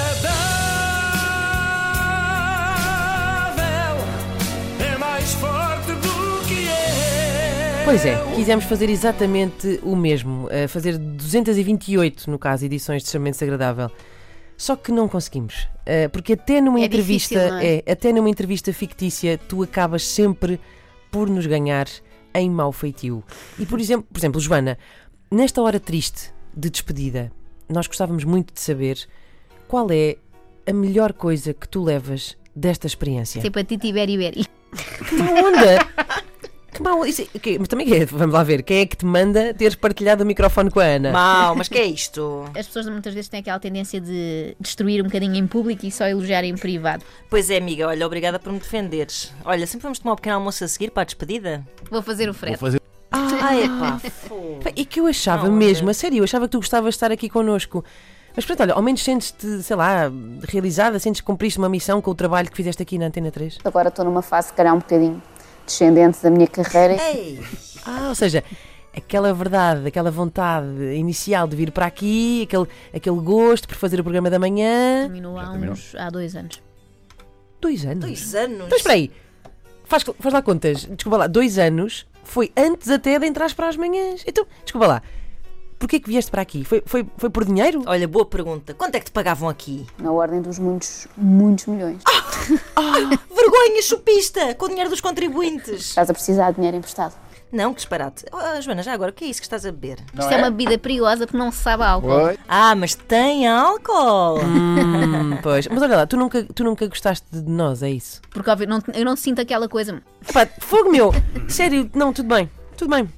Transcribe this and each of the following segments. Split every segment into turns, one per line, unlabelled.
É
Pois é, quisemos fazer exatamente o mesmo, eh, fazer 228, no caso, edições de Chamamento Desagradável. Só que não conseguimos, eh, porque até numa
É
entrevista,
difícil, não é?
é, até numa entrevista fictícia, tu acabas sempre por nos ganhar em mau feitio. E por exemplo, por exemplo, Joana, nesta hora triste de despedida, nós gostávamos muito de saber qual é a melhor coisa que tu levas desta experiência.
Tipo a Titi Beri Beri.
Que má onda! que má onda! Isso é- ok, mas também é- vamos lá ver, quem é que te manda teres partilhado o microfone com a Ana?
Mau, mas que é isto?
As pessoas muitas vezes têm aquela tendência de destruir um bocadinho em público e só elogiar em privado.
Pois é, amiga, olha, obrigada por me defenderes. Olha, sempre vamos tomar um pequeno almoço a seguir para a despedida?
Vou fazer o
Vou
Fred.
fazer.
Ah, epá, fogo.
E que eu achava
Má onda.
mesmo, a sério, eu achava que tu gostavas de estar aqui connosco. Mas pronto, olha, ao menos sentes-te, sei lá, realizada, sentes que cumpriste uma missão com o trabalho que fizeste aqui na Antena 3?
Agora estou numa fase, se calhar, um bocadinho descendente da minha carreira.
Ei,
Ah, ou seja, aquela verdade, aquela vontade inicial de vir para aqui, aquele, aquele gosto por fazer o programa da manhã.
Terminou há,
terminou.
uns, há dois anos.
Dois anos.
dois anos.
Então espera aí, faz, faz lá contas, desculpa lá, dois anos foi antes até de entrar para as manhãs. Então, desculpa lá, porquê que vieste para aqui? Foi, foi, foi por dinheiro?
Olha, boa pergunta. Quanto é que te pagavam aqui?
Na ordem dos muitos, muitos milhões.
Vergonha, chupista, com o dinheiro dos contribuintes.
Estás a precisar de dinheiro emprestado.
Não, que disparate. Oh, Joana, já agora, o que é isso que estás a beber?
Isto é? uma bebida perigosa porque não se sabe a álcool.
Oi.
Ah, mas tem álcool.
Hum, pois, mas olha lá, tu nunca, tu nunca gostaste de nós, é isso?
Porque óbvio, não- eu não sinto aquela coisa.
Epá, fogo meu, sério, não, tudo bem, tudo bem.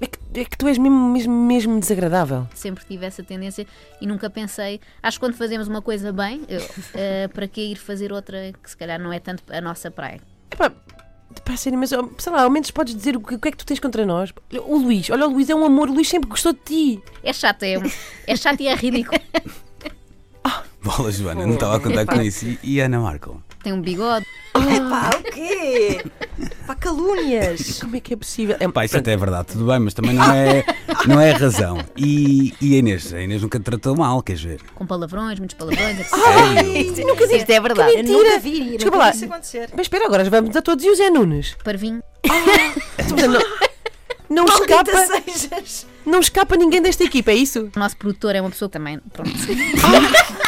É que, é que tu és mesmo, mesmo, mesmo desagradável.
Sempre tive essa tendência e nunca pensei. Acho que quando fazemos uma coisa bem, eu, eh, para que ir fazer outra que se calhar não é tanto a nossa praia?
Epá, pá, sério, mas ó, sei lá, ao menos podes dizer o que, o que é que tu tens contra nós. Olha, O Luís, olha, o Luís é um amor, o Luís sempre gostou de ti.
É chato, é, é chato e é ridículo.
Bola, Joana, não estava a contar com isso. E- E Ana Marco?
Tem um bigode.
Pá, o quê? Pá, calúnias.
Como é que é possível? É,
Pá, isso até é verdade, tudo bem, mas também não é, não é a razão. E, e a Inês? A Inês nunca te tratou mal, queres ver?
Com palavrões, muitos palavrões. etc.
Sério?
Nunca
Isto é verdade.
Eu nunca vi, nunca
Desculpa
vi
lá.
isso acontecer.
Mas espera, agora vamos a todos e o Zé Nunes.
Parvinho.
Não escapa,
Então, Maldita sejas.
não escapa ninguém desta equipa, é isso?
O nosso produtor é uma pessoa que também. Pronto.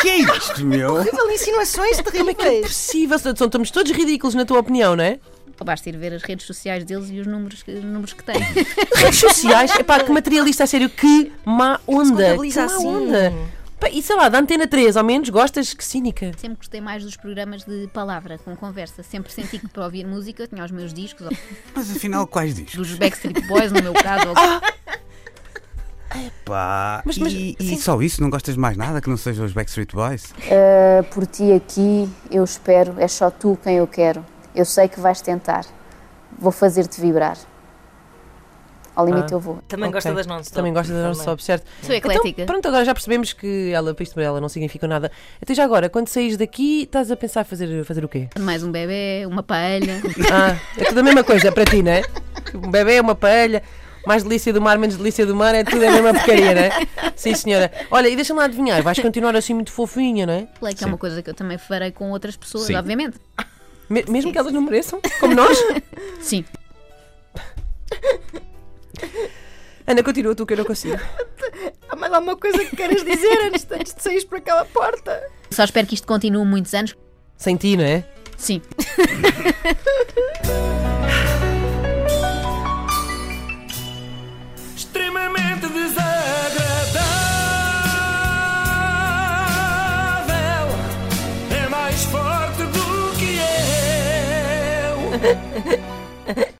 que é isto, meu?
Horrível, insinuações terríveis.
é Possível, são- estamos todos ridículos na tua opinião, não é?
Basta ir ver as redes sociais deles e os números que, números que têm.
Redes sociais, epá, que materialista a sério, que má onda. Que
contabiliza
má
assim.
onda. Pá, e sei lá, da antena 3, ao menos, gostas? Que cínica.
Sempre gostei mais dos programas de palavra, com conversa. Sempre senti que para ouvir música eu tinha os meus discos, ou
Mas afinal, quais discos?
dos Backstreet Boys, no meu caso. ou-
Pá,
Mas- mas-
e, e só isso? Não gostas de mais nada que não seja os Backstreet Boys?
Uh, por ti aqui, eu espero. És só tu quem eu quero. Eu sei que vais tentar. Vou fazer-te vibrar. Ao limite eu vou.
Também
Ok.
gosta das non-stop.
Também gosta das
Também.
non-stop, certo?
Sou eclética.
Então, pronto, agora já percebemos que ela, isto para ela não significa nada. Até já agora, quando saís daqui, estás a pensar fazer, fazer o quê?
Mais um bebê, uma paella.
Ah, é tudo a mesma coisa para ti, não é? Um bebê, uma paella, mais delícia do mar, menos delícia do mar, é tudo a mesma porcaria, não é? Sim, senhora. Olha, e deixa-me lá adivinhar, vais continuar assim muito fofinha, não é?
Falei que é uma coisa que eu também farei com outras pessoas,
Sim.
obviamente.
Me- mesmo que elas não mereçam, como nós.
Sim.
Ana, continua tu que eu não consigo.
Há mais alguma coisa que queiras dizer antes, antes de sair por aquela porta?
Só espero que isto continue muitos anos.
Sem ti, não é?
Sim.
extremamente desagradável. É mais forte do que eu.